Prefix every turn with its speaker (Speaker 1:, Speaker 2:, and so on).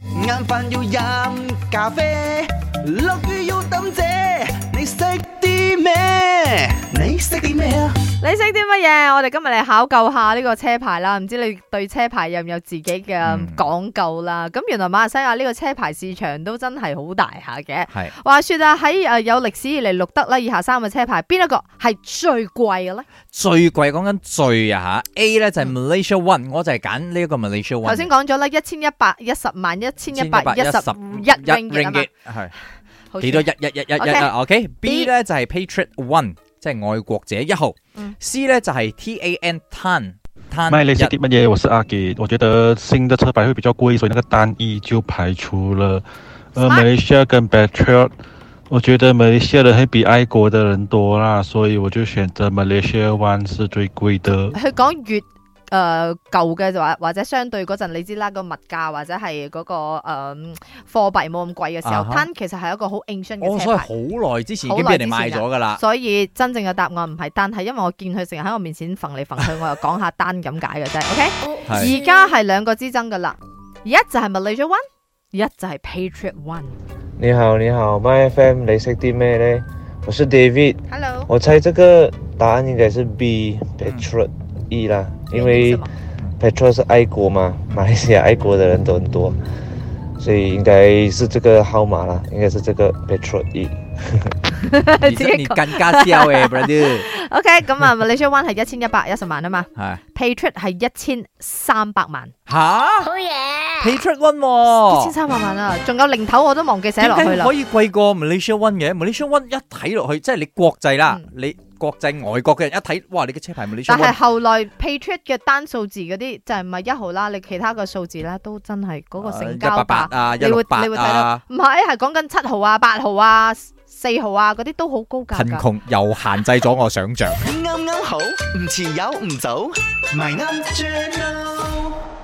Speaker 1: 晏飯要飲咖啡，落雨要抌遮，你識啲咩？你識啲咩啊？
Speaker 2: 你識啲乜嘢？我哋今日嚟考究下呢個車牌啦，唔知你對車牌有唔有自己嘅
Speaker 3: 嗯
Speaker 2: 講究啦？咁、原來馬來西亞呢個車牌市場都真係好大下嘅。
Speaker 3: 係
Speaker 2: 話說啊，喺誒有歷史以嚟錄得啦，以下三個車牌邊一個係最貴嘅咧？
Speaker 3: 最貴講緊最啊嚇，A 咧就係 Malaysia One，我就係揀呢一個 Malaysia One。
Speaker 2: 頭先講咗啦，一千一百一十萬、一千一百一十一 ringgit 啊嘛，
Speaker 3: 係
Speaker 2: 好似
Speaker 3: 幾多一一一一一啊？OK，B 咧就係 Patriot One，即係愛國者一號
Speaker 2: 嗯。
Speaker 3: C 咧就係 TAN Tan Tan
Speaker 4: 卖雷西
Speaker 3: 一
Speaker 4: 迪乜嘢？我是阿给，我觉得新的车牌会比较贵，所以那个单一就排除了。呃，
Speaker 2: 什么
Speaker 4: 马来西亚跟 Patriot，我觉得马来西亚人会比爱国的人多啦，所以我就选择马来西亚 One 是最贵的。
Speaker 2: 佢講越誒、呃、舊嘅就話，或者相對嗰陣你知啦，個物價或者係嗰、個誒、呃、貨幣冇咁貴嘅時候，
Speaker 3: 啊
Speaker 2: 攤、
Speaker 3: 哈
Speaker 2: 其實係一個好 ancient
Speaker 3: 我
Speaker 2: 嘅
Speaker 3: 所以
Speaker 2: 車牌。
Speaker 3: 好耐之前已經俾人哋賣咗㗎啦。
Speaker 2: 所以真正嘅答案唔係單，係因為我見佢成日喺我面前揈嚟揈去，我又講下單咁解嘅啫。OK，
Speaker 3: 係
Speaker 2: 而家係兩個之爭噶啦，一就係 Malaysia One，一就係 Patriot One。
Speaker 5: 你好，你好，My FM，你识啲咩呢？我是 David，
Speaker 2: Hello，
Speaker 5: 我猜这个答案应该是 B Patriot E 啦，因为 Patriot 是爱国嘛，马来西亚爱国的人都很多，所以应该是这个号码啦，应该是这个 Patriot E。
Speaker 3: 而且你更 加 sell 嘅 brother，
Speaker 2: OK，咁啊 Malaysia One 係一千一百一十萬啊嘛
Speaker 3: 係
Speaker 2: ，Patriot 係一千三百萬，
Speaker 3: 嚇
Speaker 6: 好嘢。
Speaker 3: Patriot
Speaker 2: 一
Speaker 3: One
Speaker 2: 千
Speaker 3: 喎。
Speaker 2: 三百萬啊，仲有零頭我都忘記寫
Speaker 3: 點
Speaker 2: 落去
Speaker 3: 解
Speaker 2: 啦
Speaker 3: 可。以貴過 Malaysia One 嘅？Malaysia One 一睇落去，即係你國際啦，
Speaker 2: 嗯
Speaker 3: 你國際外國嘅人一睇，哇！你嘅車牌 Malaysia
Speaker 2: 但係
Speaker 3: One
Speaker 2: 後來 Patriot 嘅單數字嗰啲就係唔係一號啦，你其他嘅數字咧都真係嗰個成交
Speaker 3: 一八八
Speaker 2: 價。
Speaker 3: 啊，一
Speaker 2: 你
Speaker 3: 六
Speaker 2: 會
Speaker 3: 八
Speaker 2: 你會睇
Speaker 3: 啊
Speaker 2: 到，，唔係係講緊七號啊、八號啊、四號啊嗰啲都好高價
Speaker 3: 貧
Speaker 2: 㗎。
Speaker 3: 窮又限制咗我想像。
Speaker 1: 啱啱好，唔遲有唔早，咪啱 channel。